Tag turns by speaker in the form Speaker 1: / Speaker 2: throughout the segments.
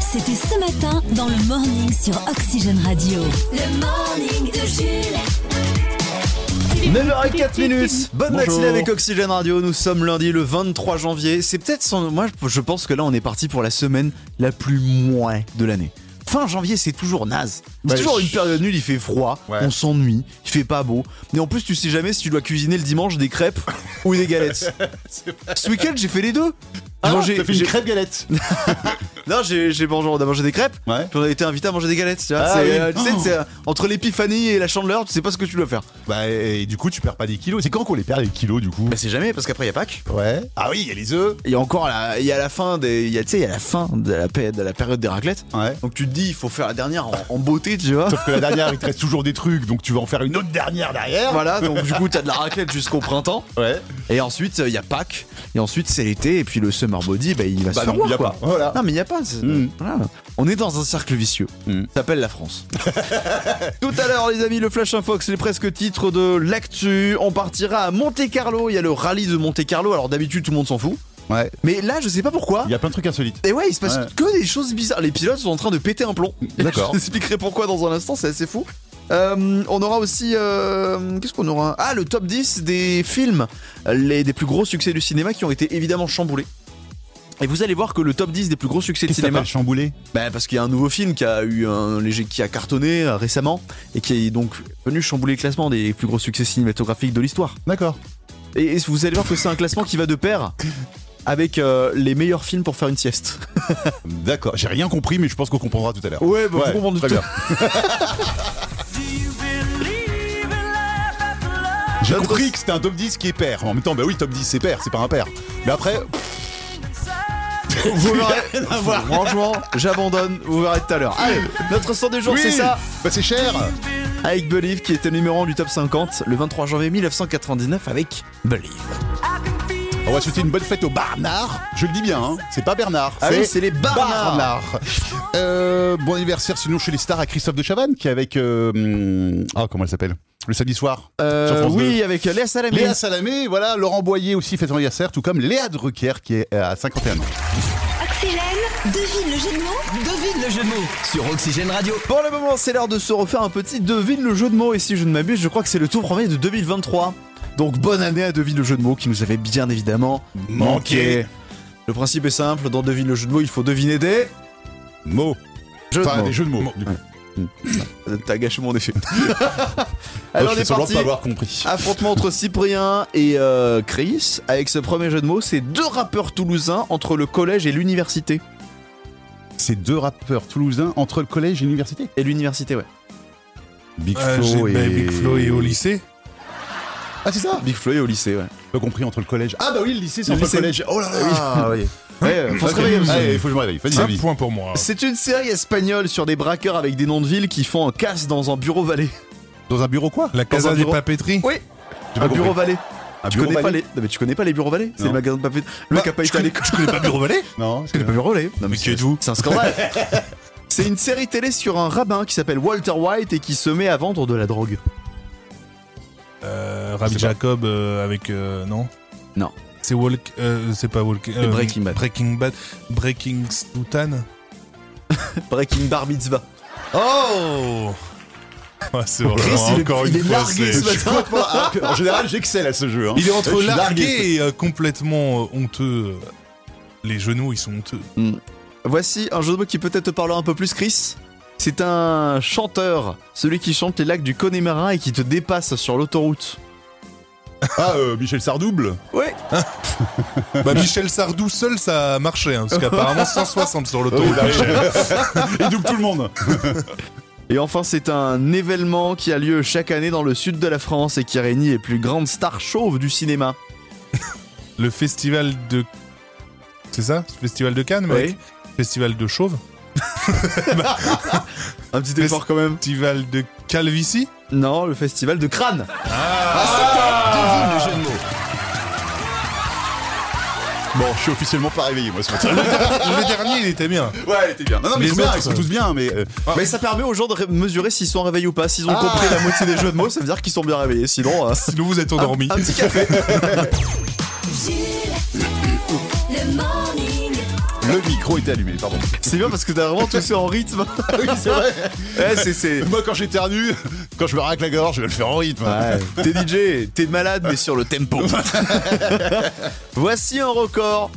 Speaker 1: C'était ce matin dans le morning sur Oxygène Radio. Le morning de Jules.
Speaker 2: 9h04 minutes. Bonne
Speaker 3: Bonjour.
Speaker 2: matinée avec Oxygène Radio. Nous sommes lundi le 23 janvier. C'est peut-être sans... moi je pense que là on est parti pour la semaine la plus moins de l'année. Fin janvier, c'est toujours naze. C'est
Speaker 3: Ouais,
Speaker 2: toujours
Speaker 3: je-
Speaker 2: une période nulle, il fait froid,
Speaker 3: Ouais.
Speaker 2: on s'ennuie, il fait pas beau. Mais en plus, tu sais jamais si tu dois cuisiner le dimanche des crêpes ou des galettes. Ce week-end, j'ai fait les deux.
Speaker 3: Ah,
Speaker 2: J'ai-
Speaker 3: t'as fait
Speaker 2: j'ai-
Speaker 3: une crêpe galette.
Speaker 2: Non, j'ai j'ai mangé, on a mangé des crêpes,
Speaker 3: Ouais.
Speaker 2: puis on a été invité à manger des galettes. Tu, vois.
Speaker 3: Ah
Speaker 2: C'est,
Speaker 3: oui.
Speaker 2: euh, tu sais, c'est, euh, entre l'épiphanie et la chandeleur, tu sais pas ce que tu dois faire.
Speaker 3: Bah, et du coup, tu perds pas des kilos. C'est quand qu'on les perd les kilos, du coup
Speaker 2: Bah, c'est jamais, parce qu'après, il y a Pâques.
Speaker 3: Ouais. Ah oui, il y a les œufs.
Speaker 2: Il y a encore la, il y a la fin des, il y a, tu sais, il y a la fin de la, pé- de la période des raclettes.
Speaker 3: Ouais.
Speaker 2: Donc tu te dis, il faut faire la dernière en, en beauté, tu vois.
Speaker 3: Sauf que la dernière, il te reste toujours des trucs, donc tu vas en faire une autre dernière derrière.
Speaker 2: voilà, donc du coup, t'as de la raclette jusqu'au printemps.
Speaker 3: Ouais.
Speaker 2: Et ensuite, euh, il y a Pâques. Et ensuite, c'est l'été. Et puis le summer body, bah, il va
Speaker 3: Bah
Speaker 2: se
Speaker 3: non,
Speaker 2: faire voir,
Speaker 3: il y a
Speaker 2: quoi.
Speaker 3: pas. Voilà.
Speaker 2: Non, mais il n'y a pas. c'est-
Speaker 3: Mm.
Speaker 2: voilà. On est dans un cercle vicieux.
Speaker 3: Mm.
Speaker 2: Ça s'appelle la France. Tout à l'heure, les amis, le Flash Infox, les presque titres de l'actu. On partira à Monte Carlo. Il y a le rallye de Monte Carlo. Alors d'habitude, tout le monde s'en fout.
Speaker 3: Ouais.
Speaker 2: Mais là, je sais pas pourquoi.
Speaker 3: Il y a plein de trucs insolites.
Speaker 2: Et ouais, il se passe
Speaker 3: Ouais.
Speaker 2: que des choses bizarres. Les pilotes sont en train de péter un plomb.
Speaker 3: D'accord.
Speaker 2: Je vous expliquerai pourquoi dans un instant, c'est assez fou. Euh, on aura aussi. euh, Qu'est-ce qu'on aura Ah, le top 10 des films, les, des plus gros succès du cinéma qui ont été évidemment chamboulés. Et vous allez voir que le top 10 des plus gros succès du
Speaker 3: Qu'est-ce que
Speaker 2: cinéma.
Speaker 3: t'appelles chamboulé
Speaker 2: Bah, parce qu'il y a un nouveau film qui a eu un léger. qui a cartonné euh, récemment et qui est donc venu chambouler le classement des plus gros succès cinématographiques de l'histoire.
Speaker 3: D'accord.
Speaker 2: Et, et vous allez voir que c'est un classement qui va de pair avec euh, les meilleurs films pour faire une sieste.
Speaker 3: D'accord. J'ai rien compris, mais je pense qu'on comprendra tout à l'heure.
Speaker 2: Ouais, bah,
Speaker 3: Ouais,
Speaker 2: faut comprendre
Speaker 3: très
Speaker 2: tout.
Speaker 3: bien. J'ai
Speaker 2: Notre-
Speaker 3: compris que c'était un top 10 qui est pair. En même temps, bah oui, top 10 c'est pair, c'est pas impair. Mais après,
Speaker 2: Vous verrez. Franchement, j'abandonne. Vous verrez tout à l'heure. Allez, notre son du jour,
Speaker 3: oui,
Speaker 2: c'est ça.
Speaker 3: Bah c'est cher.
Speaker 2: Avec Believe, qui était numéro 1 du top 50 le 23 janvier 1999 avec Believe.
Speaker 3: On va souhaiter une bonne fête au Barnard. Je le dis bien, hein. c'est pas Bernard.
Speaker 2: Ah oui, c'est les Barnards.
Speaker 3: Barnards. Euh, bon anniversaire sinon chez les stars à Christophe de Chavannes qui est avec euh, hum, ah comment elle s'appelle le samedi soir sur
Speaker 2: Euh,
Speaker 3: France
Speaker 2: oui, avec Léa
Speaker 3: 2.
Speaker 2: Salamé.
Speaker 3: Léa Salamé, voilà, Laurent Boyer aussi fait son anniversaire, tout comme Léa Drucker qui est euh, à 51 ans.
Speaker 1: Oxygène, devine le jeu de mots
Speaker 4: Devine le jeu de mots sur Oxygène Radio.
Speaker 2: Pour le moment, c'est l'heure de se refaire un petit devine le jeu de mots. Et si je ne m'abuse, je crois que c'est le tout premier de 2023. Donc bonne année à Devine le jeu de mots qui nous avait bien évidemment manqué.
Speaker 3: Manqué.
Speaker 2: Le principe est simple, dans Devine le jeu de mots, il faut deviner des
Speaker 3: Mots.
Speaker 2: jeux
Speaker 3: Enfin,
Speaker 2: de mots.
Speaker 3: des jeux de mots. du coup.
Speaker 2: Euh, T'as gâché mon effet.
Speaker 3: Moi,
Speaker 2: Alors
Speaker 3: Oh, je
Speaker 2: on
Speaker 3: fais
Speaker 2: est
Speaker 3: semblant
Speaker 2: parti.
Speaker 3: de pas avoir compris.
Speaker 2: Affrontement entre Cyprien et euh, Chris. Avec ce premier jeu de mots, c'est deux rappeurs toulousains entre le collège et l'université.
Speaker 3: Ces deux rappeurs toulousains entre le collège et l'université.
Speaker 2: Et l'université, ouais.
Speaker 3: Big
Speaker 5: Euh, j'ai- bah, Big Flo est au lycée.
Speaker 3: Ah c'est ça
Speaker 2: Big Flo est au lycée, ouais.
Speaker 3: Pas compris entre le collège. Ah bah oui, le lycée c'est
Speaker 2: Le
Speaker 3: entre
Speaker 2: lycée.
Speaker 3: le collège. Oh là là.
Speaker 2: Ah oui. Ouais, euh, faut se
Speaker 3: Ok.
Speaker 2: réveiller, monsieur.
Speaker 3: Allez, il faut que je me réveille. Vas-y,
Speaker 5: Un
Speaker 3: vas-y.
Speaker 5: point pour moi.
Speaker 2: C'est une série espagnole sur des braqueurs avec des noms de villes qui font un casse dans un bureau valet.
Speaker 3: Dans un bureau quoi
Speaker 5: La
Speaker 2: un
Speaker 5: Casa des
Speaker 2: bureau.
Speaker 5: Papeteries.
Speaker 2: Oui,
Speaker 3: J'ai
Speaker 2: un
Speaker 3: pas
Speaker 2: bureau
Speaker 3: compris.
Speaker 2: valet.
Speaker 3: Un
Speaker 2: Tu
Speaker 3: bureau
Speaker 2: connais pas
Speaker 3: valet
Speaker 2: les. Non, Bah, mais tu connais pas les bureaux valets C'est
Speaker 3: Non.
Speaker 2: le magasin de papier. Le mec a pas
Speaker 5: je
Speaker 2: été à
Speaker 5: connais-
Speaker 2: l'école.
Speaker 5: Je connais pas Bureau Valet
Speaker 3: Non, c'est
Speaker 2: Les
Speaker 3: pas-
Speaker 2: papiers relais. Non, mais
Speaker 5: qui
Speaker 2: c'est-
Speaker 5: êtes-vous
Speaker 2: C'est un scandale. C'est une série télé sur un rabbin qui s'appelle Walter White et qui se met à vendre de la drogue.
Speaker 5: Euh, Rabbi
Speaker 3: Je sais pas.
Speaker 5: Jacob euh, avec. euh, non
Speaker 2: Non.
Speaker 5: C'est Walk. euh, c'est pas Walk. euh,
Speaker 2: Breaking Bad.
Speaker 5: Breaking Bad. Breaking Stutan.
Speaker 2: Breaking Bar Mitzvah.
Speaker 5: Oh Ouais, C'est vraiment
Speaker 2: Chris, il est-
Speaker 5: encore
Speaker 2: il
Speaker 5: une
Speaker 2: est
Speaker 5: fois.
Speaker 2: largué,
Speaker 5: c'est-
Speaker 2: ce mec.
Speaker 3: Je crois pas. Alors que, En général, j'excelle à ce jeu. hein.
Speaker 5: Il est entre
Speaker 3: Je suis
Speaker 5: largué et euh, complètement euh, honteux. Les genoux, ils sont honteux.
Speaker 2: Voici un jeu de mots qui peut-être te parlera un peu plus, Chris. C'est un chanteur, celui qui chante les lacs du Connemara et qui te dépasse sur l'autoroute.
Speaker 3: Ah, euh, Michel Sardouble.
Speaker 2: Ouais.
Speaker 5: Bah, Michel Sardou seul, ça a marché. hein, parce qu'apparemment, 160 sur
Speaker 3: Oh,
Speaker 5: l'autoroute.
Speaker 3: bah, Il double tout le monde.
Speaker 2: Et enfin, c'est un événement qui a lieu chaque année dans le sud de la France et qui réunit les plus grandes stars chauves du cinéma.
Speaker 5: Le festival de. C'est ça Le festival de Cannes, mec Festival de Chauve
Speaker 2: Un petit effort quand même.
Speaker 5: Festival de Calvitie
Speaker 2: Non, le festival de crâne.
Speaker 4: Devine le jeu de mots.
Speaker 3: Bon, je suis officiellement pas réveillé, moi, ce matin.
Speaker 5: Le dernier, il était bien.
Speaker 3: Ouais, t'es bien. Non, non, mais
Speaker 5: Les
Speaker 3: ils sont bien,
Speaker 5: autres,
Speaker 3: ils sont
Speaker 5: euh,
Speaker 3: tous bien, mais. euh,
Speaker 2: Mais ça permet aux gens de ré- mesurer s'ils sont réveillés ou pas. S'ils ont
Speaker 3: Ah.
Speaker 2: compris la moitié des jeux de mots, ça veut dire qu'ils sont bien réveillés. Sinon, euh,
Speaker 5: Sinon, vous êtes endormis.
Speaker 3: Ah,
Speaker 2: un petit café.
Speaker 1: Jules, le morning.
Speaker 3: Le micro était allumé, pardon.
Speaker 2: C'est bien parce que t'as vraiment tout ça en rythme.
Speaker 3: oui, c'est vrai.
Speaker 2: Eh, c'est- c'est.
Speaker 3: Moi, quand j'éternue, quand je me racle la gorge, je vais le faire en rythme.
Speaker 2: T'es DJ, t'es malade mais sur le tempo. Voici un record.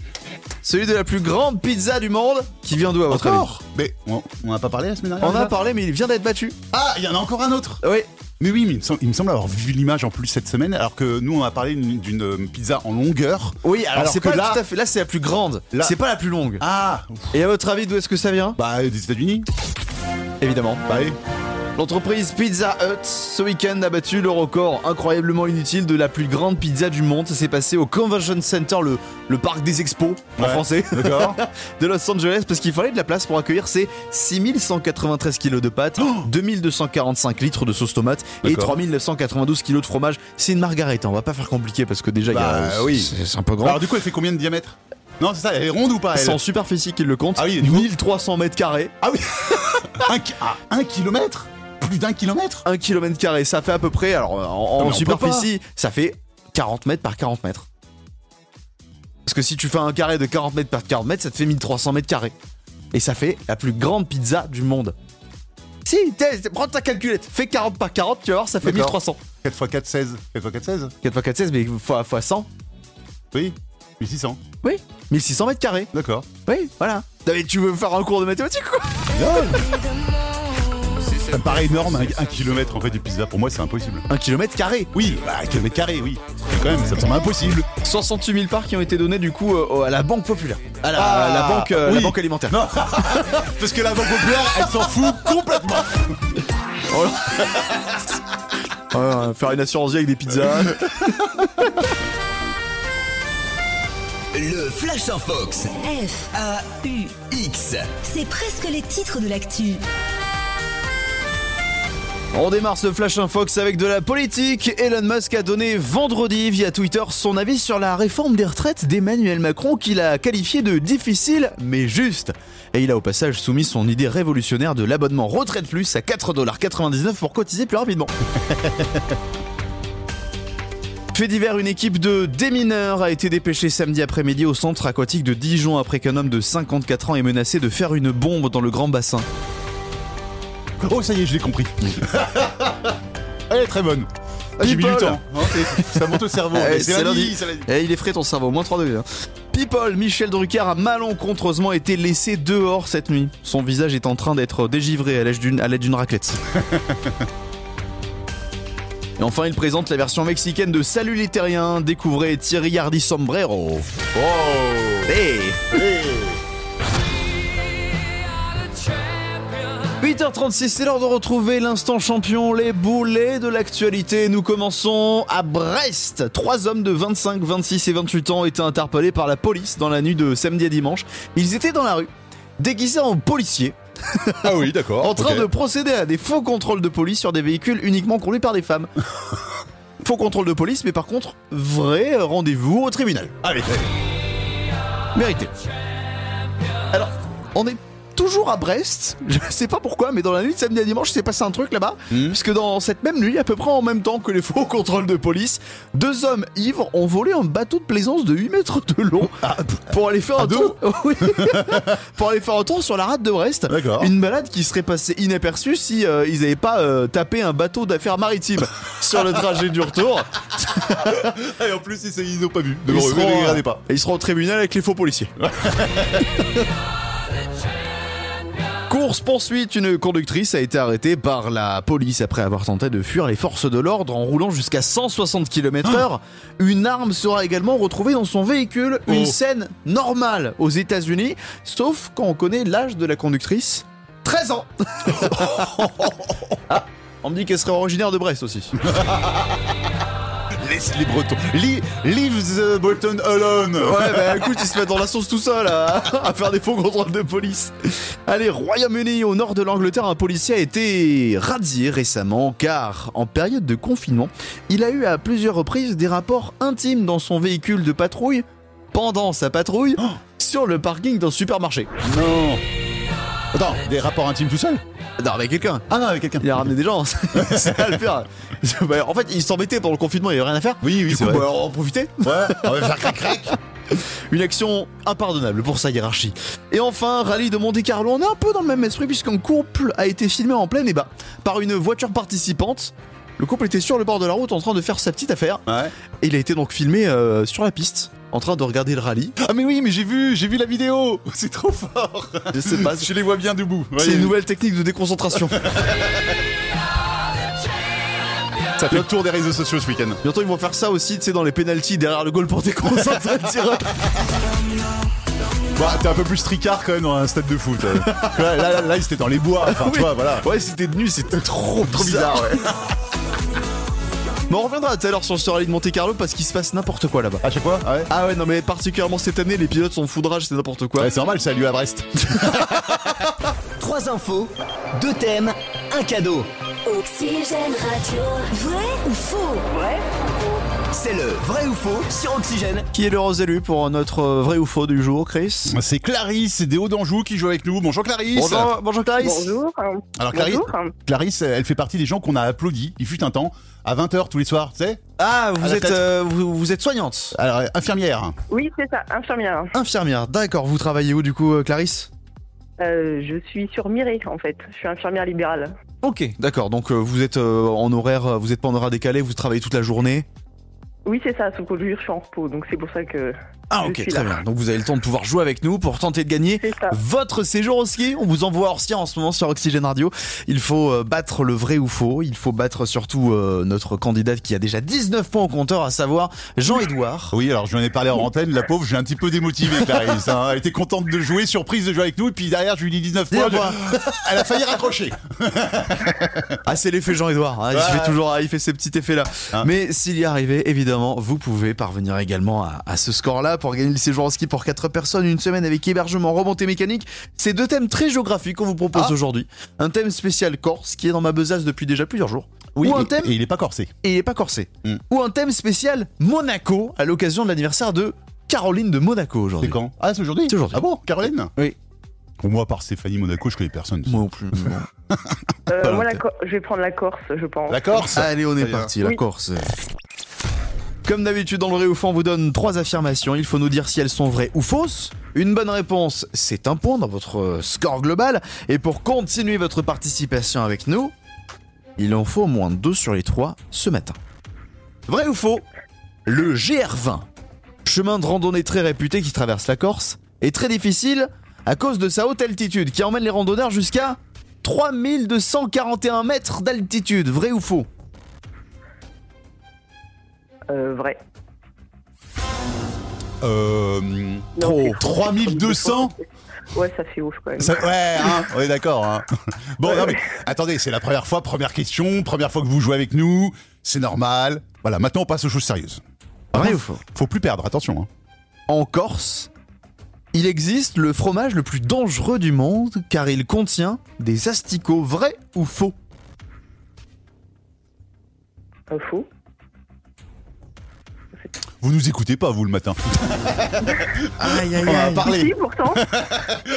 Speaker 2: Celui de la plus grande pizza du monde qui vient d'où à votre avis
Speaker 3: Encore Mais on, on a pas parlé la semaine dernière
Speaker 2: On en a
Speaker 3: déjà
Speaker 2: parlé mais il vient d'être battu.
Speaker 3: Ah, il y en a encore un autre
Speaker 2: Oui,
Speaker 3: Mais oui, mais il me, semble, il me semble avoir vu l'image en plus cette semaine, alors que nous, on a parlé d'une- d'une euh, pizza en longueur.
Speaker 2: oui alors,
Speaker 3: Alors
Speaker 2: c'est
Speaker 3: que
Speaker 2: pas
Speaker 3: là-
Speaker 2: tout à fait. Là c'est la plus grande.
Speaker 3: Là-
Speaker 2: C'est pas la plus longue.
Speaker 3: Ah
Speaker 2: Et à votre avis d'où est-ce que ça vient
Speaker 3: Bah, des États-Unis
Speaker 2: Évidemment.
Speaker 3: Bah, allez.
Speaker 2: L'entreprise Pizza Hut ce week-end a battu le record incroyablement inutile de la plus grande pizza du monde. Ça s'est passé au Convention Center, le, le parc des expos en
Speaker 3: Ouais.
Speaker 2: français
Speaker 3: D'accord
Speaker 2: de Los Angeles, parce qu'il fallait de la place pour accueillir ces 6193 kilos de pâtes, 2245 litres de sauce tomate et
Speaker 3: Oh D'accord.
Speaker 2: 3992 kilos de fromage. C'est une margarita, on va pas faire compliqué parce que déjà il
Speaker 3: Bah,
Speaker 2: y a, euh,
Speaker 3: oui.
Speaker 2: c'est c'est un peu grand.
Speaker 3: Alors, du coup, elle fait combien de diamètre Non, c'est ça, elle est ronde ou pas elle
Speaker 2: C'est en superficie qu'il le compte,
Speaker 3: Ah oui, du coup-
Speaker 2: 1300 mètres carrés,
Speaker 3: un, ki- ah, un kilomètre Plus d'un kilomètre
Speaker 2: 1 km carré, ça fait à peu près, alors en, en
Speaker 3: Ah, mais on peut
Speaker 2: superficie, ça fait 40 mètres par 40 mètres. Parce que si tu fais un carré de 40 mètres par 40 mètres, ça te fait 1300 mètres carrés. Et ça fait la plus grande pizza du monde. Si, t'es- t'es- prends ta calculette, fais 40 par 40, tu vas voir, ça fait
Speaker 3: D'accord.
Speaker 2: 1300.
Speaker 3: 4 x 4, 16. 4 x 4, 16
Speaker 2: 4 x 4, 16, mais fois, fois 100,
Speaker 3: Oui 1600.
Speaker 2: 1600 mètres carrés.
Speaker 3: D'accord.
Speaker 2: Oui, voilà. Non, mais tu veux faire un cours de mathématiques quoi
Speaker 3: Ça me paraît énorme, un, un kilomètre en fait de pizza. Pour moi, c'est impossible.
Speaker 2: 1 km carré.
Speaker 3: Oui, bah, un kilomètre carré, oui. Mais quand même, ça me semble impossible.
Speaker 2: 68 000 parts qui ont été donnés du coup euh, à la Banque Populaire. À la,
Speaker 3: Ah,
Speaker 2: la banque, euh, la
Speaker 3: oui.
Speaker 2: banque alimentaire.
Speaker 3: Non Parce que la Banque Populaire, elle s'en fout complètement
Speaker 2: Ouais, faire une assurance vie avec des pizzas.
Speaker 4: Le Flash en Fox.
Speaker 1: F,
Speaker 4: A-U-X.
Speaker 1: c'est presque les titres de l'actu.
Speaker 2: On démarre ce Flash Infox avec de la politique. Elon Musk a donné vendredi via Twitter son avis sur la réforme des retraites d'Emmanuel Macron qu'il a qualifié de difficile mais juste. Et il a au passage soumis son idée révolutionnaire de l'abonnement Retraite Plus à 4,99$ pour cotiser plus rapidement. Fait divers, une équipe de démineurs a été dépêchée samedi après-midi au centre aquatique de Dijon après qu'un homme de 54 ans ait menacé de faire une bombe dans le grand bassin.
Speaker 3: Oh, ça y est, je l'ai compris. Elle est très bonne. Ah, J'ai mis du
Speaker 2: People.
Speaker 3: temps. hein, c'est- ça monte au cerveau.
Speaker 2: Ah,
Speaker 3: mais
Speaker 2: c'est
Speaker 3: c'est
Speaker 2: lundi.
Speaker 3: lundi, c'est lundi.
Speaker 2: Eh, il est frais ton cerveau, moins 3 degrés. hein. People, Michel Drucker a malencontreusement été laissé dehors cette nuit. Son visage est en train d'être dégivré à l'aide d'une- à l'aide d'une raclette. Et enfin, il présente la version mexicaine de Salut les Terriens. Découvrez Thierry Hardy Sombrero. Eh. Hey. 8h36, c'est l'heure de retrouver l'instant champion, les boulets de l'actualité. Nous commençons à Brest. Trois hommes de 25, 26 et 28 ans étaient interpellés par la police dans la nuit de samedi à dimanche. Ils étaient dans la rue, déguisés en policiers,
Speaker 3: Ah oui, d'accord.
Speaker 2: en train
Speaker 3: ok.
Speaker 2: de procéder à des faux contrôles de police sur des véhicules uniquement conduits par des femmes. faux contrôle de police, mais par contre, vrai rendez-vous au tribunal.
Speaker 3: Allez, allez.
Speaker 2: Mérité. Alors, on est toujours à Brest. Je sais pas pourquoi, mais dans la nuit de samedi à dimanche, s'est passé un truc là-bas.
Speaker 3: Hmm.
Speaker 2: Puisque dans cette même nuit, à peu près en même temps que les faux contrôles de police, deux hommes ivres ont volé un bateau de plaisance de 8 mètres de long pour aller faire un
Speaker 3: Ah, bah, deux
Speaker 2: tour. Oui. pour aller faire un tour sur la rade de Brest.
Speaker 3: D'accord.
Speaker 2: Une balade qui serait passée inaperçue si euh, ils n'avaient pas euh, tapé un bateau d'affaires maritimes sur le trajet du retour.
Speaker 3: Ah, Et en plus, ils- ils n'ont pas vu.
Speaker 2: Ils
Speaker 3: Devant eux,
Speaker 2: seront,
Speaker 3: ne les
Speaker 2: euh,
Speaker 3: regardez pas.
Speaker 2: Et ils seront au tribunal avec les faux policiers. Course poursuite, une conductrice a été arrêtée par la police après avoir tenté de fuir les forces de l'ordre en roulant jusqu'à 160 km/h. Une arme sera également retrouvée dans son véhicule, une
Speaker 3: Ah. Oh.
Speaker 2: scène normale aux États-Unis, sauf quand on connaît l'âge de la conductrice 13 ans Ah, On me dit qu'elle serait originaire de Brest aussi.
Speaker 3: Laisse les Bretons. Li- leave the Breton alone.
Speaker 2: Ouais, bah écoute, ils se mettent dans la sauce tout seul à, à faire des faux contrôles de police. Allez, Royaume-Uni, au nord de l'Angleterre, un policier a été radié récemment car, en période de confinement, il a eu à plusieurs reprises des rapports intimes dans son véhicule de patrouille pendant sa patrouille sur le parking d'un supermarché.
Speaker 3: Non. Attends, des rapports intimes tout seul
Speaker 2: Non, mais quelqu'un
Speaker 3: Ah non, avec quelqu'un.
Speaker 2: il a ramené des gens, c'est pas à le faire. Bah, En fait, il s'embêtait pendant le confinement, il n'y avait rien à faire.
Speaker 3: Oui, oui,
Speaker 2: Du
Speaker 3: c'est
Speaker 2: coup,
Speaker 3: vrai.
Speaker 2: bah, on en profitait.
Speaker 3: Ouais, on va faire crac crac.
Speaker 2: Une action impardonnable pour sa hiérarchie. Et enfin, Rallye de Monte Carlo, on est un peu dans le même esprit puisqu'un couple a été filmé en plein débat par une voiture participante. Le couple était sur le bord de la route en train de faire sa petite affaire.
Speaker 3: Ouais.
Speaker 2: Et il a été donc filmé euh, sur la piste, en train de regarder le rallye.
Speaker 3: Ah mais oui, mais j'ai vu, j'ai vu la vidéo. C'est trop fort.
Speaker 2: Je sais pas,
Speaker 3: Je les vois bien debout.
Speaker 2: c'est
Speaker 3: Ouais.
Speaker 2: une nouvelle technique de déconcentration.
Speaker 3: Ça fait le tour des réseaux sociaux ce week-end.
Speaker 2: Bientôt ils vont faire ça aussi, tu sais, dans les pénalties derrière le goal pour déconcentrer le tireur.
Speaker 3: Bah, t'es un peu plus tricard quand même dans un stade de foot. euh. là, là, là, là, ils étaient dans les bois. Enfin, tu
Speaker 2: Oui.
Speaker 3: vois, voilà.
Speaker 2: Ouais, c'était de nuit, c'était trop, trop bizarre. Mais on reviendra tout à l'heure sur ce rallye de Monte Carlo parce qu'il se passe n'importe quoi là-bas.
Speaker 3: À chaque fois Ouais.
Speaker 2: Ah ouais, non mais particulièrement cette année, les pilotes sont foudrage, c'est n'importe quoi.
Speaker 3: Ouais, c'est normal, salut à Brest.
Speaker 4: Trois infos, deux thèmes, un cadeau.
Speaker 1: Oxygène Radio. Vrai ou faux
Speaker 4: C'est le vrai ou faux sur Oxygène.
Speaker 2: Qui est le élu pour notre euh, vrai ou faux du jour, Chris
Speaker 3: C'est Clarisse des Hauts d'Anjou qui joue avec nous. Bonjour Clarisse.
Speaker 2: Bonjour, bonjour Clarisse.
Speaker 6: Bonjour.
Speaker 3: Alors Clarisse,
Speaker 6: Bonjour.
Speaker 3: Clarisse, elle fait partie des gens qu'on a applaudi, il fut un temps, à 20h tous les soirs, tu sais
Speaker 2: Ah, vous
Speaker 3: la
Speaker 2: êtes,
Speaker 3: tête.
Speaker 2: euh, vous, vous êtes soignante,
Speaker 3: Alors, infirmière.
Speaker 6: Oui, c'est ça, infirmière.
Speaker 2: infirmière. D'accord, vous travaillez où du coup, euh, Clarisse
Speaker 6: Euh, je suis sur Mirée, en fait. Je suis infirmière libérale.
Speaker 2: Ok, d'accord. Donc euh, vous êtes euh, en horaire, euh, vous êtes pas en horaire décalé, vous travaillez toute la journée.
Speaker 6: Oui, c'est ça, sauf qu'aujourd'hui, je suis en repos, donc c'est pour ça que.
Speaker 2: Ah
Speaker 6: Je
Speaker 2: ok,
Speaker 6: suis
Speaker 2: très
Speaker 6: là.
Speaker 2: bien. Donc vous avez le temps de pouvoir jouer avec nous pour tenter de gagner
Speaker 6: C'est ça.
Speaker 2: votre séjour au ski. On vous envoie hors ski en ce moment sur Oxygène Radio. Il faut euh, battre le vrai ou faux. Il faut battre surtout euh, notre candidate qui a déjà 19 points au compteur, à savoir Jean-Edouard.
Speaker 3: Oui, alors je lui en ai parlé en antenne, la pauvre, j'ai un petit peu démotivé Clarisse. hein. Elle était contente de jouer, surprise de jouer avec nous, et puis derrière je lui dis 19 points.
Speaker 2: Dis-moi.
Speaker 3: je- Elle a failli raccrocher.
Speaker 2: Ah, c'est l'effet Jean-Edouard. hein. Il
Speaker 3: Ouais.
Speaker 2: fait toujours, ah, il fait ses petits effets là.
Speaker 3: Ah.
Speaker 2: Mais s'il y arrivait, évidemment, vous pouvez parvenir également à, à ce score-là pour gagner le séjour en ski pour 4 personnes, une semaine avec hébergement, remontée mécanique. C'est deux thèmes très géographiques qu'on vous propose
Speaker 3: Ah.
Speaker 2: aujourd'hui. Un thème spécial Corse qui est dans ma besace depuis déjà plusieurs jours. Ou un
Speaker 3: et,
Speaker 2: thème
Speaker 3: et il est pas corsé.
Speaker 2: et il est pas corsé.
Speaker 3: Mm.
Speaker 2: Ou un thème spécial Monaco à l'occasion de l'anniversaire de Caroline de Monaco
Speaker 3: C'est
Speaker 2: aujourd'hui.
Speaker 3: quand Ah, c'est aujourd'hui
Speaker 2: C'est aujourd'hui.
Speaker 3: Ah bon, Caroline
Speaker 2: Oui.
Speaker 3: Pour moi, par Stéphanie Monaco, je connais personne.
Speaker 2: Moi non plus.
Speaker 6: Euh,
Speaker 3: Pas
Speaker 6: moi, la
Speaker 3: l'intérêt.
Speaker 6: Cor- je vais prendre la Corse, je pense.
Speaker 3: La Corse
Speaker 2: Allez, on est
Speaker 3: bien.
Speaker 2: parti, la
Speaker 6: Oui.
Speaker 2: Corse. Comme d'habitude, dans le vrai ou faux, on vous donne trois affirmations. Il faut nous dire si elles sont vraies ou fausses. Une bonne réponse, c'est un point dans votre euh, score global. Et pour continuer votre participation avec nous, il en faut au moins deux sur les trois ce matin. Vrai ou faux Le GR20, chemin de randonnée très réputé qui traverse la Corse, est très difficile à cause de sa haute altitude qui emmène les randonneurs jusqu'à 3241 mètres d'altitude. Vrai ou faux
Speaker 6: Euh, vrai.
Speaker 3: Euh.
Speaker 6: Non,
Speaker 2: Trop.
Speaker 6: c'est faux, c'est
Speaker 3: 3200?
Speaker 6: faux, c'est faux. Ouais, ça fait ouf quand même.
Speaker 3: Ça- ouais, hein, on est d'accord. hein. Bon, non mais attendez, c'est la première fois, première question, première fois que vous jouez avec nous, c'est normal. Voilà, maintenant on passe aux choses sérieuses.
Speaker 2: Vrai ou faux
Speaker 3: Faut plus perdre, attention. hein.
Speaker 2: En Corse, il existe le fromage le plus dangereux du monde car il contient des asticots. Vrai ou faux
Speaker 6: Euh, faux.
Speaker 3: Vous nous écoutez pas, vous, le matin.
Speaker 2: Aïe aïe
Speaker 3: On en a parlé.
Speaker 6: Si, pourtant.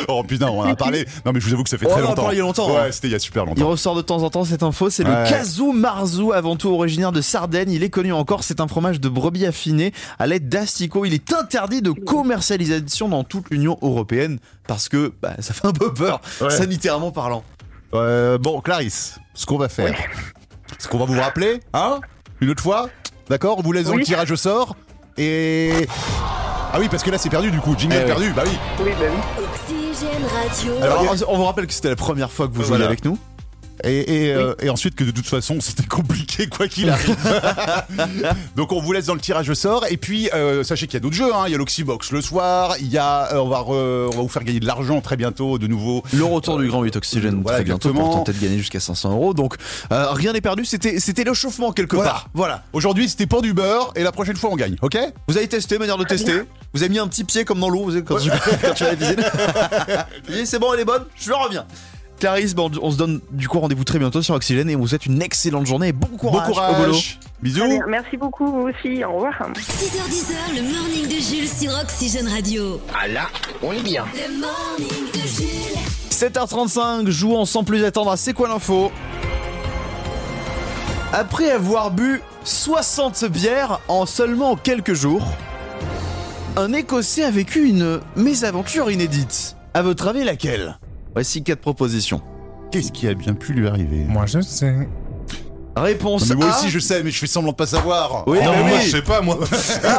Speaker 3: Oh putain, on en a parlé. Non mais je vous avoue que ça fait
Speaker 2: On
Speaker 3: très
Speaker 2: en a
Speaker 3: longtemps.
Speaker 2: parlé il y a longtemps, hein.
Speaker 3: Ouais, c'était il y a super
Speaker 2: Il
Speaker 3: longtemps.
Speaker 2: ressort de temps en temps cette info, c'est
Speaker 3: Ouais.
Speaker 2: le Kazou Marzu, avant tout originaire de Sardaigne. Il est connu en Corse, c'est un fromage de brebis affiné à l'aide d'asticots. Il est interdit de commercialisation dans toute l'Union Européenne parce que bah, ça fait un peu peur,
Speaker 3: Ouais.
Speaker 2: sanitairement parlant.
Speaker 3: Euh, bon, Clarisse, ce qu'on va faire, ce qu'on va vous rappeler, hein, une autre fois, d'accord On vous laisse dans le
Speaker 6: Oui.
Speaker 3: tirage au sort et. Ah oui, parce que là c'est perdu du coup, jingle
Speaker 2: Eh oui.
Speaker 3: perdu, bah oui.
Speaker 6: Oui, bah oui.
Speaker 1: Oxygène Radio.
Speaker 2: Alors, on vous rappelle que c'était la première fois que vous jouez
Speaker 3: Voilà.
Speaker 2: avec nous.
Speaker 3: Et, et, euh, et ensuite que de toute façon c'était compliqué quoi qu'il arrive. Donc on vous laisse dans le tirage au sort et puis euh, sachez qu'il y a d'autres jeux. hein. Il y a l'Oxybox le soir. Il y a euh, on va re- on va vous faire gagner de l'argent très bientôt de nouveau.
Speaker 2: Le retour du Grand 8 Oxygène
Speaker 3: Voilà,
Speaker 2: très bientôt pour
Speaker 3: exactement.
Speaker 2: tenter de gagner jusqu'à 500 euros. Donc euh, rien n'est perdu, c'était c'était l'échauffement quelque
Speaker 3: Voilà.
Speaker 2: part. Voilà.
Speaker 3: Aujourd'hui c'était pour du beurre et la prochaine fois on gagne. Ok
Speaker 2: Vous avez testé, manière de tester. Vous avez mis un petit pied comme dans l'eau vous savez, quand, tu, quand tu vas à la piscine. Vous avez dit, c'est bon, elle est bonne, je reviens. Clarisse, bon, on se donne du coup rendez-vous très bientôt sur Oxygène et on vous souhaite une excellente journée et bon courage,
Speaker 3: Bon
Speaker 2: au boulot.
Speaker 3: courage.
Speaker 6: Très
Speaker 3: Bisous.
Speaker 6: bien. Merci beaucoup, vous aussi. Au revoir.
Speaker 1: 6h10, le morning de Jules sur Oxygène Radio.
Speaker 4: Ah là, on est bien.
Speaker 1: Le morning de Jules.
Speaker 2: 7h35, jouons sans plus attendre à C'est quoi l'info Après avoir bu 60 bières en seulement quelques jours, Un Écossais a vécu une mésaventure inédite. À votre avis, laquelle Voici quatre propositions.
Speaker 3: Qu'est-ce qui a bien pu lui arriver
Speaker 5: Moi, je sais.
Speaker 2: Réponse
Speaker 3: mais moi
Speaker 2: A.
Speaker 3: aussi je sais, mais je fais semblant de pas savoir.
Speaker 2: Oui,
Speaker 3: Ah,
Speaker 5: non,
Speaker 2: bah
Speaker 5: mais
Speaker 3: mais
Speaker 5: moi,
Speaker 2: oui.
Speaker 5: je sais pas, moi.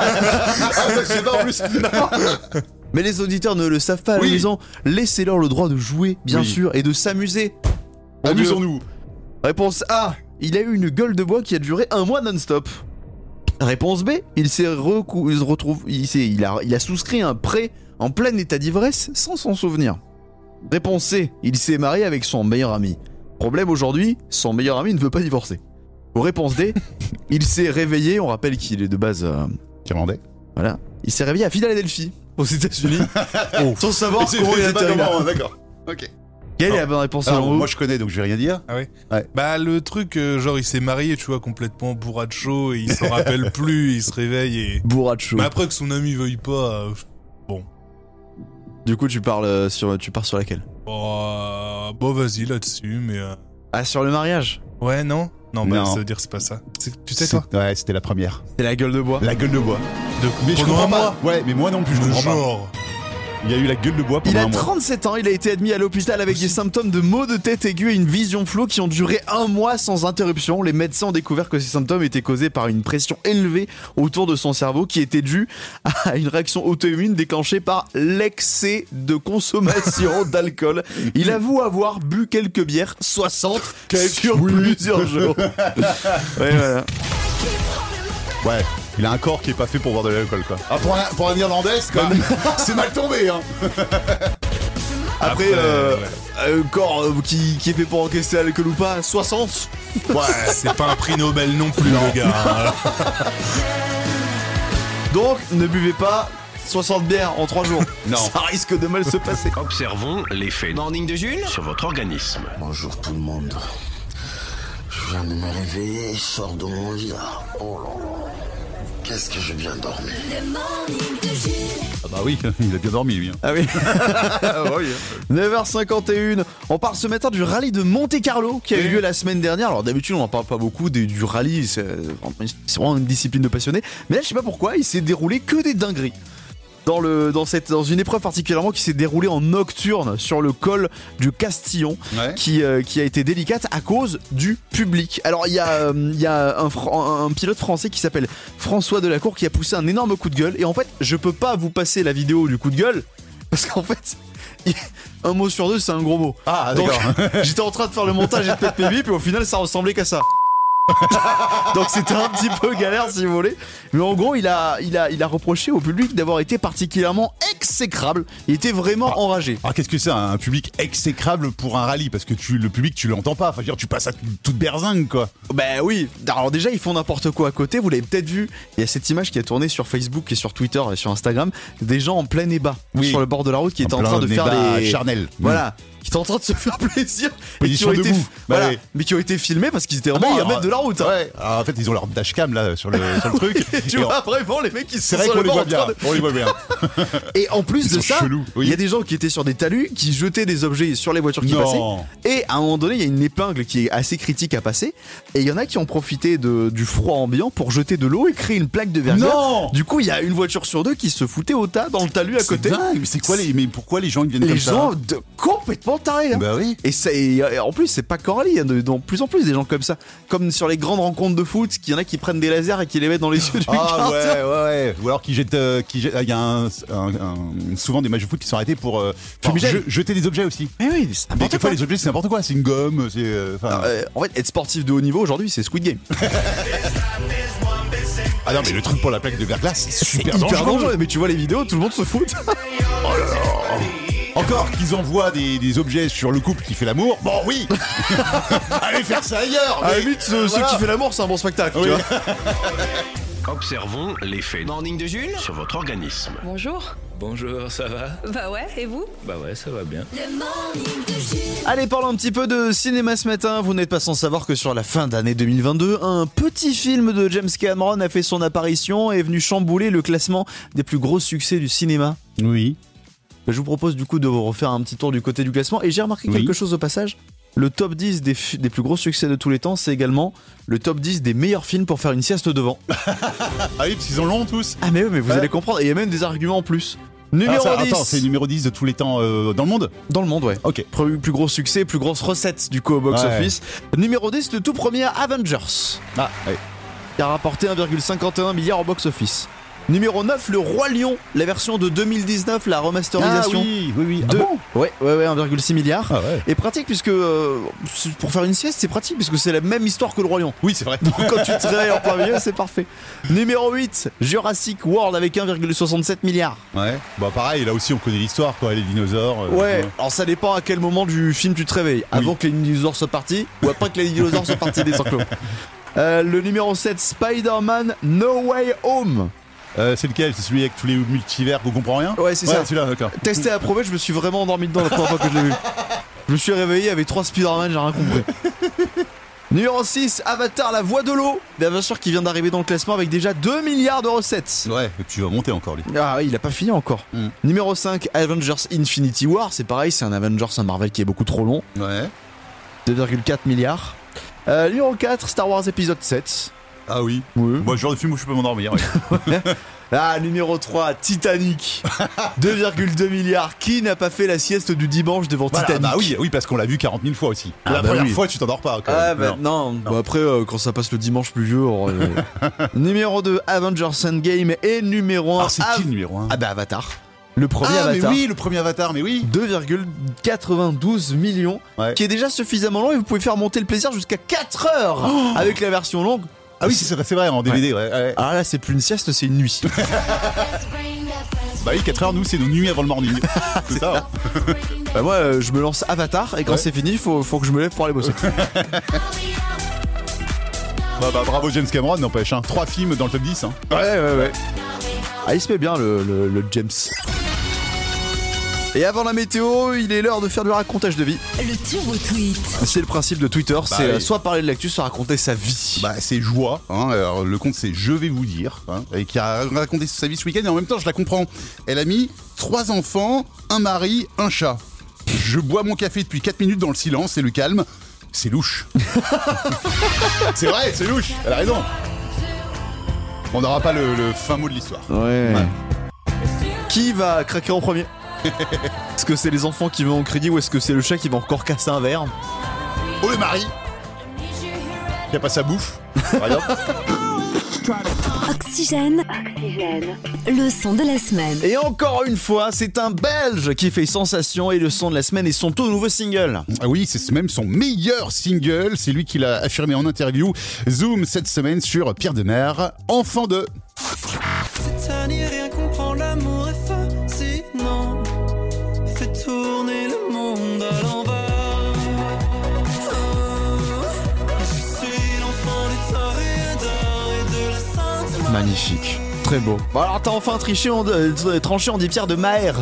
Speaker 3: Ah, c'est pas en plus.
Speaker 2: Mais les auditeurs ne le savent pas,
Speaker 3: Oui.
Speaker 2: en disant laissez-leur le droit de jouer, bien
Speaker 3: Oui.
Speaker 2: sûr, et de s'amuser. Mon Dieu.
Speaker 3: Amusons-nous.
Speaker 2: Réponse A. Il a eu une gueule de bois qui a duré un mois non-stop. Réponse B. Il s'est recou- il se retrouve, il, s'est- il a, il a souscrit un prêt en plein état d'ivresse sans s'en souvenir. Réponse C. Il s'est marié avec son meilleur ami. Problème aujourd'hui, son meilleur ami ne veut pas divorcer. Ou réponse D. il s'est réveillé. On rappelle qu'il est de base, euh,
Speaker 3: Camandais.
Speaker 2: voilà. Il s'est réveillé à Philadelphie, aux États-Unis, sans savoir
Speaker 3: C'est
Speaker 2: comment il
Speaker 3: c'est
Speaker 2: est
Speaker 3: pas
Speaker 2: arrivé là.
Speaker 3: comment, d'accord. Ok.
Speaker 2: Quelle est la bonne réponse
Speaker 3: Alors,
Speaker 2: selon vous
Speaker 3: moi je connais donc je vais rien dire.
Speaker 5: Bah, le truc, euh, genre, il s'est marié, tu vois, complètement bourré de chaud, et il s'en rappelle plus, il se réveille et.
Speaker 2: Bourracho.
Speaker 5: Mais après que son ami veuille pas. euh,
Speaker 2: Du coup, tu parles euh, sur, tu pars sur laquelle
Speaker 5: Bon, euh, bon, vas-y là-dessus, mais. euh,
Speaker 2: Ah, sur le mariage
Speaker 5: Ouais, non Non, bah,
Speaker 3: Non.
Speaker 5: ça veut dire que c'est pas ça. C'est- Tu sais, toi
Speaker 3: Ouais, c'était la première.
Speaker 2: C'est la gueule de bois.
Speaker 3: La gueule de bois.
Speaker 5: De...
Speaker 3: Mais je
Speaker 5: Pendant
Speaker 3: comprends
Speaker 5: un mois
Speaker 3: pas. Ouais, mais moi non plus je
Speaker 5: Le
Speaker 3: comprends pas.
Speaker 5: genre.
Speaker 3: Il y a eu la gueule de bois
Speaker 2: Il
Speaker 3: pendant
Speaker 2: a
Speaker 3: un mois.
Speaker 2: 37 ans, il a été admis à l'hôpital avec des symptômes de maux de tête aigus et une vision floue qui ont duré un mois sans interruption. Les médecins ont découvert que ces symptômes étaient causés par une pression élevée autour de son cerveau qui était due à une réaction auto-immune déclenchée par l'excès de consommation d'alcool. Il avoue avoir bu quelques bières, 60, sur plusieurs jours. Ouais, voilà.
Speaker 3: Ouais, il a un corps qui est pas fait pour boire de l'alcool quoi. Bah, Ah, pour un, pour un Irlandais, c'est quand même- c'est mal tombé hein.
Speaker 2: Après, euh, euh, corps euh, qui, qui est fait pour encaisser l'alcool ou pas, 60
Speaker 5: Ouais, c'est pas un prix Nobel non plus, le gars. hein.
Speaker 2: Donc, ne buvez pas 60 bières en 3 jours.
Speaker 3: Non.
Speaker 2: Ça risque de mal se passer.
Speaker 7: Observons l'effet
Speaker 4: Morning de Jules
Speaker 7: sur votre organisme.
Speaker 8: Bonjour tout le monde. Je viens de me réveiller, je sors de mon lit là. Oh là là. Qu'est-ce que j'ai bien dormi.
Speaker 1: Le morning de Jules.
Speaker 3: Ah bah oui, il a bien dormi lui. hein.
Speaker 2: Ah hein. oui. 9h51. On part ce matin du rallye de Monte Carlo qui a eu lieu la semaine dernière. Alors d'habitude on n'en parle pas beaucoup des- du rallye, c'est c'est vraiment une discipline de passionnés. Mais là je sais pas pourquoi, il s'est déroulé que des dingueries. Dans, le, dans, cette, dans une épreuve particulièrement qui s'est déroulée en nocturne sur le col du Castillon.
Speaker 3: Ouais.
Speaker 2: qui, euh, qui a été délicate à cause du public. Alors il y a, euh, il y a un, Fran- un pilote français qui s'appelle François Delacour qui a poussé un énorme coup de gueule. Et en fait, je peux pas vous passer la vidéo du coup de gueule parce qu'en fait, un mot sur deux, c'est un gros mot.
Speaker 3: Ah
Speaker 2: Donc
Speaker 3: d'accord.
Speaker 2: j'étais en train de faire le montage et de péter mes bips, et au final ça ressemblait qu'à ça. Donc c'était un petit peu galère si vous voulez. Mais en gros il a, il a, il a reproché au public d'avoir été particulièrement exécrable. Il était
Speaker 3: Ah.
Speaker 2: vraiment enragé.
Speaker 3: Alors qu'est-ce que c'est un public exécrable pour un rallye parce que tu le public tu l'entends pas, enfin je veux dire tu passes à t- toute berzingue quoi.
Speaker 2: Bah oui, alors déjà ils font n'importe quoi à côté, vous l'avez peut-être vu, il y a cette image qui a tourné sur Facebook et sur Twitter et sur Instagram, des gens en plein ébat,
Speaker 3: Oui.
Speaker 2: sur le bord de la route qui étaient en
Speaker 3: Ah, plein
Speaker 2: train de faire
Speaker 3: débat
Speaker 2: des...
Speaker 3: charnel. Mm.
Speaker 2: Voilà, qui étaient en train de se faire plaisir, et qui
Speaker 3: Position
Speaker 2: ont été...
Speaker 3: debout. Bah
Speaker 2: voilà,
Speaker 3: oui.
Speaker 2: mais qui ont été filmés parce qu'ils étaient vraiment à un
Speaker 3: alors,
Speaker 2: mètre de la route. hein.
Speaker 3: Ouais. Alors, Ah, en fait ils ont leur dashcam là sur le, sur le truc.
Speaker 2: Tu
Speaker 3: Et
Speaker 2: vois
Speaker 3: on-
Speaker 2: vraiment les mecs qui se
Speaker 3: c'est vrai
Speaker 2: sont sur
Speaker 3: qu'on
Speaker 2: le
Speaker 3: les
Speaker 2: bord
Speaker 3: voit
Speaker 2: en train de-
Speaker 3: bien. On les voit bien.
Speaker 2: Et en plus
Speaker 3: Ils
Speaker 2: de
Speaker 3: sont
Speaker 2: ça,
Speaker 3: chelous, oui.
Speaker 2: il y a des gens qui étaient sur des talus, qui jetaient des objets sur les voitures qui
Speaker 3: Non.
Speaker 2: passaient. Et à un moment donné, il y a une épingle qui est assez critique à passer. Et il y en a qui ont profité de- du froid ambiant pour jeter de l'eau et créer une plaque de verdure.
Speaker 3: Non
Speaker 2: du coup, il y a une voiture sur deux qui se foutait au tas dans le talus à
Speaker 3: C'est
Speaker 2: côté.
Speaker 3: dingue, mais c'est quoi les mais pourquoi les gens ils viennent
Speaker 2: Les
Speaker 3: comme
Speaker 2: gens de, complètement tarés.
Speaker 3: ça
Speaker 2: hein.
Speaker 3: Bah oui.
Speaker 2: Et, ça- et, euh, en plus, c'est pas qu'en rallye, il y en a de, de plus en plus des gens comme ça. Comme sur les grandes rencontres de foot, qu'il y en a qui prennent des lasers et qui les mettent dans les yeux du
Speaker 3: Ah
Speaker 2: gardien.
Speaker 3: ouais, ouais, ouais. Ou alors qui jettent. euh, qui jettent- ah, Il y a un, un- un- souvent des matchs de foot qui sont arrêtés pour euh, alors,
Speaker 2: Fumigène.
Speaker 3: je- jeter des objets aussi.
Speaker 2: Mais oui, c'est
Speaker 3: Mais
Speaker 2: n'importe
Speaker 3: des fois,
Speaker 2: quoi.
Speaker 3: les objets, c'est n'importe quoi. C'est une gomme, c'est. euh, enfin,
Speaker 2: Euh, en fait, être sportif de haut niveau aujourd'hui, c'est Squid Game.
Speaker 3: ah non, mais le truc pour la plaque de verglas, c'est super
Speaker 2: hyper
Speaker 3: dangereux.
Speaker 2: dangereux. Mais tu vois les vidéos, tout le monde se fout. Ah,
Speaker 3: Encore qu'ils envoient des, des objets sur le couple qui fait l'amour. Bon, oui Allez faire ça ailleurs
Speaker 2: À la
Speaker 3: mais-
Speaker 2: limite, ceux,
Speaker 3: voilà.
Speaker 2: qui fait l'amour, c'est un bon spectacle.
Speaker 3: Oui.
Speaker 7: Observons l'effet
Speaker 4: Morning de Jules
Speaker 7: sur votre organisme.
Speaker 9: Bonjour.
Speaker 10: Bonjour, ça va
Speaker 9: Bah ouais, et vous
Speaker 10: Bah ouais, ça va bien.
Speaker 1: Le morning de Jules.
Speaker 2: Allez, parlons un petit peu de cinéma ce matin. Vous n'êtes pas sans savoir que sur la fin d'année 2022, un petit film de James Cameron a fait son apparition et est venu chambouler le classement des plus gros succès du cinéma.
Speaker 3: Oui.
Speaker 2: Je vous propose du coup de vous refaire un petit tour du côté du classement et j'ai remarqué
Speaker 3: Oui.
Speaker 2: quelque chose au passage. Le top 10 des, fi- des plus gros succès de tous les temps, c'est également le top 10 des meilleurs films pour faire une sieste devant.
Speaker 3: Ah oui, parce qu'ils en l'ont tous.
Speaker 2: Ah mais oui, mais vous
Speaker 3: Ouais.
Speaker 2: allez comprendre. Et il y a même des arguments en plus.
Speaker 3: Ah,
Speaker 2: Numéro
Speaker 3: ça-
Speaker 2: 10
Speaker 3: Attends, c'est numéro 10 de tous les temps euh, dans le monde
Speaker 2: Dans le monde, ouais.
Speaker 3: Ok.
Speaker 2: Plus, plus gros succès, plus grosse recette du coup au
Speaker 3: Ouais.
Speaker 2: box-office. Numéro 10, le tout premier Avengers,
Speaker 3: Ah, ouais.
Speaker 2: qui a rapporté 1,51 milliard au box-office. Numéro 9, le Roi Lion, la version de 2019, la remasterisation.
Speaker 3: oui, oui, oui.
Speaker 2: de...
Speaker 3: Ah bon
Speaker 2: ouais, ouais, ouais, 1,6 milliard.
Speaker 3: Ah ouais.
Speaker 2: Et pratique puisque euh, c'est- pour faire une sieste, c'est pratique puisque c'est la même histoire que le Roi Lion.
Speaker 3: Oui, c'est vrai.
Speaker 2: Quand tu te réveilles en plein milieu, c'est parfait. Numéro 8, Jurassic World avec 1,67 milliard.
Speaker 3: ouais. Bah pareil, là aussi on connaît l'histoire, quoi, les dinosaures. euh,
Speaker 2: Ouais, alors ça dépend à quel moment du film tu te réveilles. Avant que les dinosaures soient partis ou après que les dinosaures soient partis des enclos. Euh, le numéro 7, Spider-Man No Way Home.
Speaker 3: Euh, c'est lequel C'est celui avec tous les multivers qu'on comprend rien
Speaker 2: Ouais, c'est ça.
Speaker 3: celui-là, d'accord.
Speaker 2: Testé et approuvé, je me suis vraiment endormi dedans la première fois que je l'ai vu. Je me suis réveillé avec trois Spider-Man, j'ai rien compris. numéro 6, Avatar La Voix de l'eau. D'Avatar qui vient d'arriver dans le classement avec déjà 2 milliards de recettes.
Speaker 3: Ouais, et puis il va monter encore lui.
Speaker 2: Ah, il a pas fini encore.
Speaker 3: Mm.
Speaker 2: Numéro 5, Avengers Infinity War. C'est pareil, c'est un Avengers, un Marvel qui est beaucoup trop long.
Speaker 3: Ouais.
Speaker 2: 2,4 milliards. Euh, numéro 4, Star Wars épisode 7.
Speaker 3: Ah oui. Moi, le genre de film où je peux m'endormir. ouais.
Speaker 2: Ah, numéro 3, Titanic. 2,2 milliards. Qui n'a pas fait la sieste du dimanche devant
Speaker 3: Voilà,
Speaker 2: Titanic
Speaker 3: bah oui, oui, parce qu'on l'a vu 40 000 fois aussi.
Speaker 2: Ah
Speaker 3: la
Speaker 2: bah
Speaker 3: première
Speaker 2: oui.
Speaker 3: fois, tu t'endors pas. Quand
Speaker 2: Ah,
Speaker 3: même.
Speaker 2: bah
Speaker 3: Non.
Speaker 2: non, Bah, après, euh, quand ça passe le dimanche pluvieux. on- euh, numéro 2, Avengers Endgame. Et numéro 1,
Speaker 3: Ah, c'est qui le numéro 1
Speaker 2: Ah, bah Avatar. Le premier
Speaker 3: Ah, mais
Speaker 2: Avatar.
Speaker 3: oui, le premier Avatar, mais oui.
Speaker 2: 2,92 millions,
Speaker 3: Ouais.
Speaker 2: qui est déjà suffisamment long et vous pouvez faire monter le plaisir jusqu'à 4 heures avec la version longue.
Speaker 3: Ah oui, c'est c'est vrai, en DVD, ouais. ouais.
Speaker 2: Ah là, c'est plus une sieste, c'est une nuit.
Speaker 3: Bah oui, 4 heures, nous, c'est nos nuits avant le morning. c'est ça. hein.
Speaker 2: Bah moi euh, je me lance Avatar et quand
Speaker 3: Ouais.
Speaker 2: c'est fini faut, faut que je me lève pour aller bosser.
Speaker 3: Bah, bah, bravo James Cameron, n'empêche. Hein. 3 films dans le top 10. Hein.
Speaker 2: ouais ouais ouais. Ah il se met bien le, le- le James. Et avant la météo, il est l'heure de faire du racontage de vie.
Speaker 1: Le turbo tweet.
Speaker 2: C'est le principe de Twitter, c'est
Speaker 3: oui.
Speaker 2: euh, soit parler de l'actu, soit raconter sa vie.
Speaker 3: Bah, c'est joie. hein. Alors, le compte, c'est Je vais vous dire. hein, et qui a raconté sa vie ce week-end. Et en même temps, je la comprends. Elle a mis trois enfants, un mari, un chat. Je bois mon café depuis 4 minutes dans le silence et le calme. C'est louche. c'est vrai, c'est louche. Elle a raison. On n'aura pas le, le fin mot de l'histoire.
Speaker 2: ouais.
Speaker 3: Ouais.
Speaker 2: Qui va craquer en premier Est-ce que c'est les enfants qui vont au crédit ou est-ce que c'est le chat qui va encore casser un verre
Speaker 3: Oh, le mari Qui a pas sa bouffe. Par exemple.
Speaker 1: Oxygène, le son de la semaine.
Speaker 2: Et encore une fois, c'est un Belge qui fait sensation et le son de la semaine et son tout nouveau single.
Speaker 3: Ah oui, c'est même son meilleur single. C'est lui qui l'a affirmé en interview. Zoom cette semaine sur Pierre de Mer, enfant de.
Speaker 9: Titanie, rien comprend, l'amour est fascinant. Fait tourner le monde à l'envers. Oh, je suis l'enfant du toréador et de la sainte Marie.
Speaker 2: Magnifique. Très beau. Bon alors t'as enfin triché en, euh, tr- tranché en des pierres de Maher.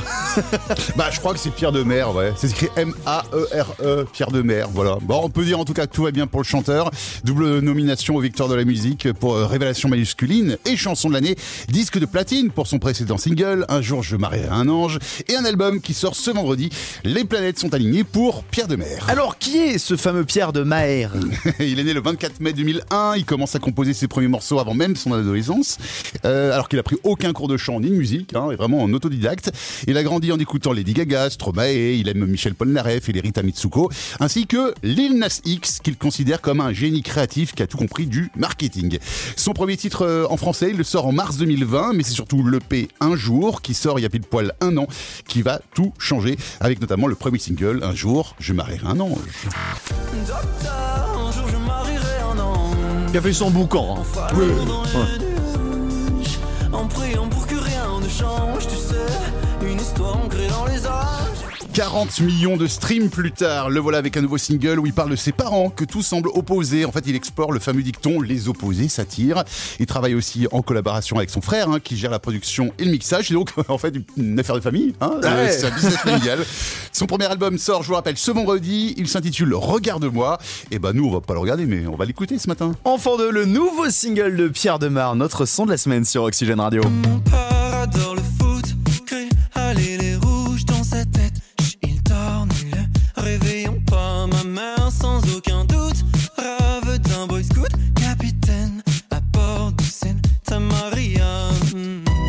Speaker 3: Bah, je crois que c'est Pierre de Mer, ouais. C'est écrit M-A-E-R-E, E, Pierre de Mer, voilà. Bon, on peut dire en tout cas que tout va bien pour le chanteur. Double nomination aux Victoires de la musique pour euh, Révélation masculine et Chanson de l'année. Disque de platine pour son précédent single, Un jour je marierai un ange. Et un album qui sort ce vendredi. Les planètes sont alignées pour Pierre de Mer.
Speaker 2: Alors qui est ce fameux Pierre de Maher
Speaker 3: Il est né le 24 mai 2001, il commence à composer ses premiers morceaux avant même son adolescence, euh, alors qu'il a pris aucun cours de chant ni de musique, hein, est vraiment en autodidacte. Il a grandi en écoutant Lady Gaga, Stromae, il aime Michel Polnareff et les Rita Mitsuko, ainsi que Lil Nas X, qu'il considère comme un génie créatif qui a tout compris du marketing. Son premier titre euh, en français, il le sort en mars 2020, mais c'est surtout l'EP Un jour, qui sort il y a pile poil un an, qui va tout changer, avec notamment le premier single, Un jour, je marierai un ange.
Speaker 9: Docteur, un jour je marierai un ange.
Speaker 2: Qui a fait son boucan. hein.
Speaker 9: Enfin, dans les nuages, en priant pour que rien ne change, tu sais, une histoire ancrée dans les âges.
Speaker 3: 40 millions de streams plus tard, le voilà avec un nouveau single où il parle de ses parents que tout semble opposé. En fait, il explore le fameux dicton les opposés s'attirent. Il travaille aussi en collaboration avec son frère hein, qui gère la production et le mixage. C'est donc en fait une affaire de famille. hein. Euh,
Speaker 2: Ouais.
Speaker 3: C'est un business familial. Son premier album sort, je vous rappelle, ce vendredi. Il s'intitule Regarde-moi. Et ben nous, on va pas le regarder, mais on va l'écouter ce matin.
Speaker 2: Enfant de le nouveau single de Pierre de Maher, notre son de la semaine sur Oxygène Radio.
Speaker 9: Mon père adore le foot, crie allez les rouges dans sa tête. Chut, Il dort, ne le réveillons pas, ma mère Hmm. Oh,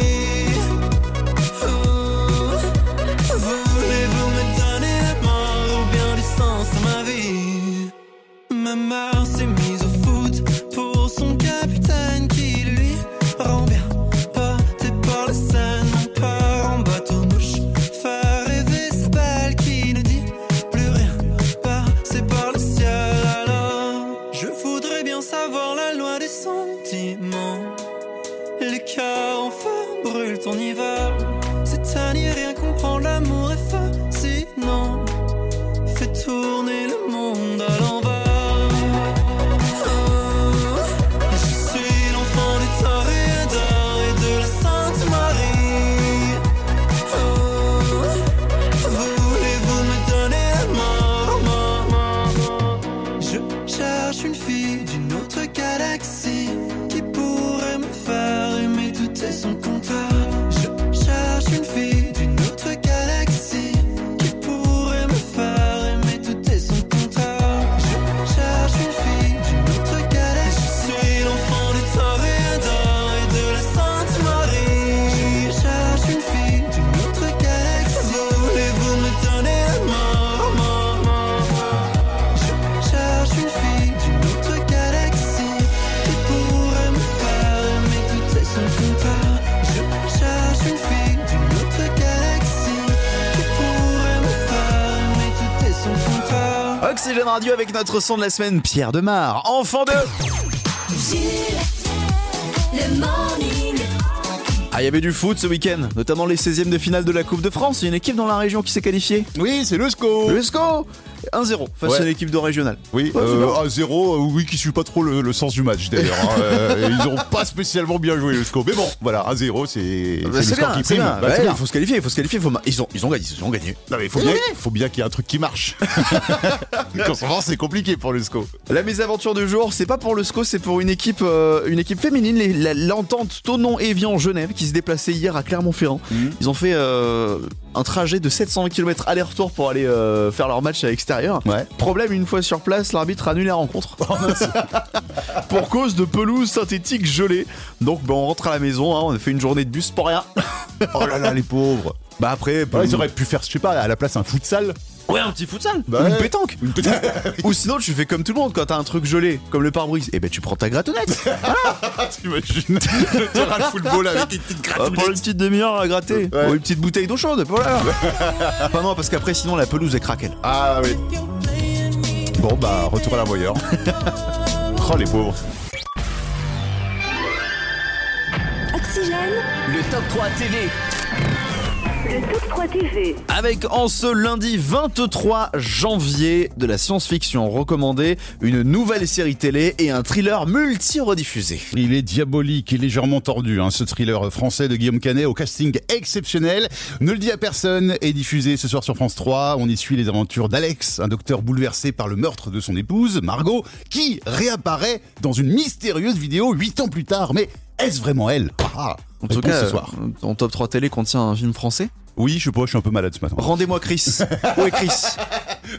Speaker 9: Oh, cœur en feu brûle ton hiver. Cette année, rien comprendre, l'amour est fascinant. Fais tourner le monde à l'envers. Oh, je suis l'enfant des toréadors et de la Sainte Marie. Oh, voulez-vous me donner la mort, mort, mort, mort je cherche une fille d'une autre galaxie qui pourrait me faire aimer toutes et son compteur. Je cherche une fille d'une autre galaxie qui pourrait me faire aimer toutes et son compteur. Je cherche une fille d'une autre galaxie. Je suis l'enfant du Toréador et de la Sainte Marie. Je cherche une fille d'une autre galaxie. Voulez-vous me donner la mort, mort, mort, mort je cherche une fille d'une autre galaxie qui pourrait me faire aimer toutes et son contraire. Je cherche une fille d'une autre galaxie qui pourrait me faire aimer toutes et son contraire.
Speaker 2: Oxygène Radio avec notre son de la semaine, Pierre Demar, enfant de.
Speaker 1: Jules, le morning.
Speaker 2: Ah, il y avait du foot ce week-end, notamment les 16e de finale de la Coupe de France. Il y a une équipe dans la région qui s'est qualifiée.
Speaker 3: Oui, c'est le SCO.
Speaker 2: Let's go 1-0 face
Speaker 3: Ouais.
Speaker 2: à l'équipe de régionale.
Speaker 3: Oui,
Speaker 2: Ouais, c'est
Speaker 3: euh,
Speaker 2: bon.
Speaker 3: à 0, oui, qui suit pas trop le, le sens du match d'ailleurs. hein. Euh, ils ont pas spécialement bien joué le score. Mais bon, voilà, à 0, c'est
Speaker 2: Ah
Speaker 3: c'est
Speaker 2: bah,
Speaker 3: le
Speaker 2: c'est
Speaker 3: score
Speaker 2: bien,
Speaker 3: qui
Speaker 2: c'est
Speaker 3: prime.
Speaker 2: bien.
Speaker 3: Bah,
Speaker 2: Bah,
Speaker 3: c'est
Speaker 2: il
Speaker 3: bien.
Speaker 2: faut se qualifier, il faut se qualifier. faut ma- Ils, ont, ils ont gagné, ils ont gagné.
Speaker 3: Non, mais faut bien, faut bien qu'il y ait un truc qui marche. En ce moment, c'est compliqué pour le SCO.
Speaker 2: La mésaventure du jour, c'est pas pour le SCO, c'est pour une équipe, euh, une équipe féminine, les- la- l'entente Tonon Evian Genève, qui se déplaçait hier à Clermont-Ferrand.
Speaker 3: Mhm.
Speaker 2: Ils ont fait euh, un trajet de 720 km aller-retour pour aller euh, faire leur match à l'extérieur.
Speaker 3: Ouais.
Speaker 2: Problème, une fois sur place, l'arbitre annule la rencontre.
Speaker 3: Oh,
Speaker 2: pour cause de pelouse synthétique gelée. Donc ben, on rentre à la maison, hein, on a fait une journée de bus pour rien.
Speaker 3: Oh là là, les pauvres.
Speaker 2: Bah après,
Speaker 3: Ouais,
Speaker 2: pelouse-
Speaker 3: ils auraient pu faire, je sais pas, à la place un futsal.
Speaker 2: ouais, un petit futsal,
Speaker 3: Bah
Speaker 2: ou une
Speaker 3: ouais.
Speaker 2: pétanque.
Speaker 3: Une petite-
Speaker 2: Ou sinon tu fais comme tout le monde quand t'as un truc gelé, comme le pare-brise, et ben tu prends ta gratonnette.
Speaker 3: T'imagines le terrain de football avec des petites
Speaker 2: Ah, pour une petite demi-heure à gratter.
Speaker 3: Ouais.
Speaker 2: Ou une petite bouteille d'eau chaude, voilà. Enfin non, parce qu'après, sinon, la pelouse est craquelle.
Speaker 3: Ah oui. Bon, bah, retour à la voyeur. oh, les pauvres.
Speaker 1: Oxygène.
Speaker 4: Le top 3 TV.
Speaker 2: Avec en ce lundi 23 janvier de la science-fiction recommandée, une nouvelle série télé et un thriller multi-rediffusé.
Speaker 3: Il est diabolique et légèrement tordu, hein, ce thriller français de Guillaume Canet au casting exceptionnel. Ne le dit à personne est diffusé ce soir sur France 3. On y suit les aventures d'Alex, un docteur bouleversé par le meurtre de son épouse, Margot, qui réapparaît dans une mystérieuse vidéo 8 ans plus tard. Mais est-ce vraiment elle ah,
Speaker 2: En tout
Speaker 3: réponse
Speaker 2: cas,
Speaker 3: ce soir.
Speaker 2: euh, ton top 3 télé contient un film français.
Speaker 3: Oui, je sais pas, je suis un peu malade ce matin.
Speaker 2: Rendez-moi Chris. Où est Chris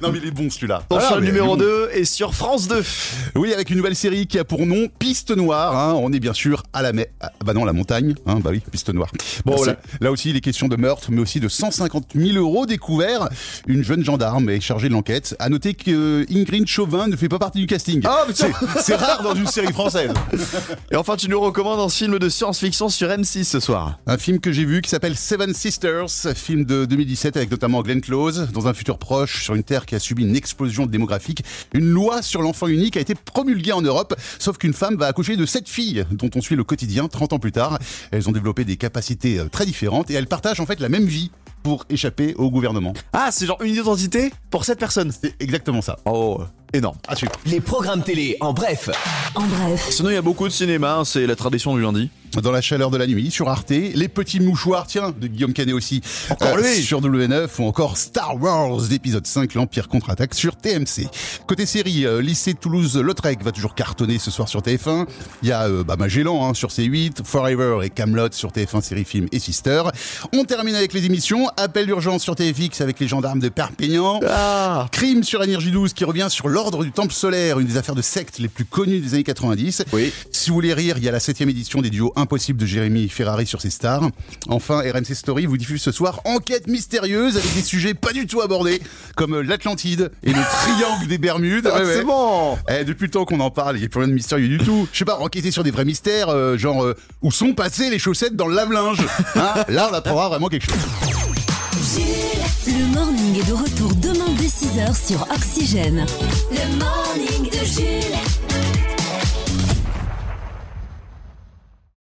Speaker 3: Non, mais il est bon celui-là.
Speaker 2: Dans
Speaker 3: Ah,
Speaker 2: le
Speaker 3: mais
Speaker 2: numéro
Speaker 3: bon.
Speaker 2: 2 et sur France 2.
Speaker 3: Oui, avec une nouvelle série qui a pour nom Piste Noire. hein. On est bien sûr à la mer. ah, Bah non, la montagne. hein. Bah oui, Piste Noire. Bon,
Speaker 2: Merci.
Speaker 3: là, là aussi, il est question de meurtre, mais aussi de 150 000 euros découverts. Une jeune gendarme est chargée de l'enquête. À noter que euh, Ingrid Chauvin ne fait pas partie du casting.
Speaker 2: Ah, putain.
Speaker 3: C'est- C'est rare dans une série française.
Speaker 2: Et enfin, tu nous recommandes un film de science-fiction sur M6 ce soir.
Speaker 3: Un film que j'ai vu qui s'appelle Seven Sisters, film de 2017 avec notamment Glenn Close. Dans un futur proche, sur une terre qui a subi une explosion démographique, une loi sur l'enfant unique a été promulguée en Europe. Sauf qu'une femme va accoucher de sept filles, dont on suit le quotidien 30 ans plus tard. Elles ont développé des capacités euh, très différentes et elles partagent en fait la même vie pour échapper au gouvernement.
Speaker 2: Ah, c'est genre une identité pour 7 personnes.
Speaker 3: C'est exactement ça.
Speaker 2: Oh, énorme.
Speaker 3: À suivre.
Speaker 4: Les programmes télé en bref.
Speaker 1: En bref,
Speaker 2: Sinon, il y a beaucoup de cinéma, hein, c'est la tradition du lundi.
Speaker 3: Dans la chaleur de la nuit, sur Arte, Les Petits Mouchoirs, tiens, de Guillaume Canet aussi, euh,
Speaker 2: Encore lui
Speaker 3: sur W9, ou encore Star Wars, l'épisode 5, l'Empire contre-attaque, sur TMC. Côté série, euh, Lycée Toulouse-Lautrec va toujours cartonner ce soir sur TF1. Il y a euh, bah, Magellan hein, sur C8, Forever et Camelot sur TF1 Série Film et Sister. On termine avec les émissions, Appel d'urgence sur TFX avec les gendarmes de Perpignan.
Speaker 2: Ah
Speaker 3: Crime sur Énergie 12 qui revient sur l'ordre du Temple solaire, une des affaires de secte les plus connues des années 90.
Speaker 2: Oui.
Speaker 3: Si vous voulez rire, il y a la septième édition des duos Impossible de Jérémy Ferrari sur ses stars. Enfin, RMC Story vous diffuse ce soir Enquête mystérieuse avec des sujets pas du tout abordés, comme l'Atlantide et le triangle des Bermudes. Ouais, ouais.
Speaker 2: Ah, C'est bon
Speaker 3: Eh, depuis le temps qu'on en parle, il n'y a plus rien de mystérieux du tout. Je sais pas, enquêter sur des vrais mystères, euh, genre euh, où sont passées les chaussettes dans le lave-linge. Hein Là, on apprendra vraiment quelque chose.
Speaker 1: Jules, le morning est de retour demain dès 6h sur Oxygène. Le morning de Jules.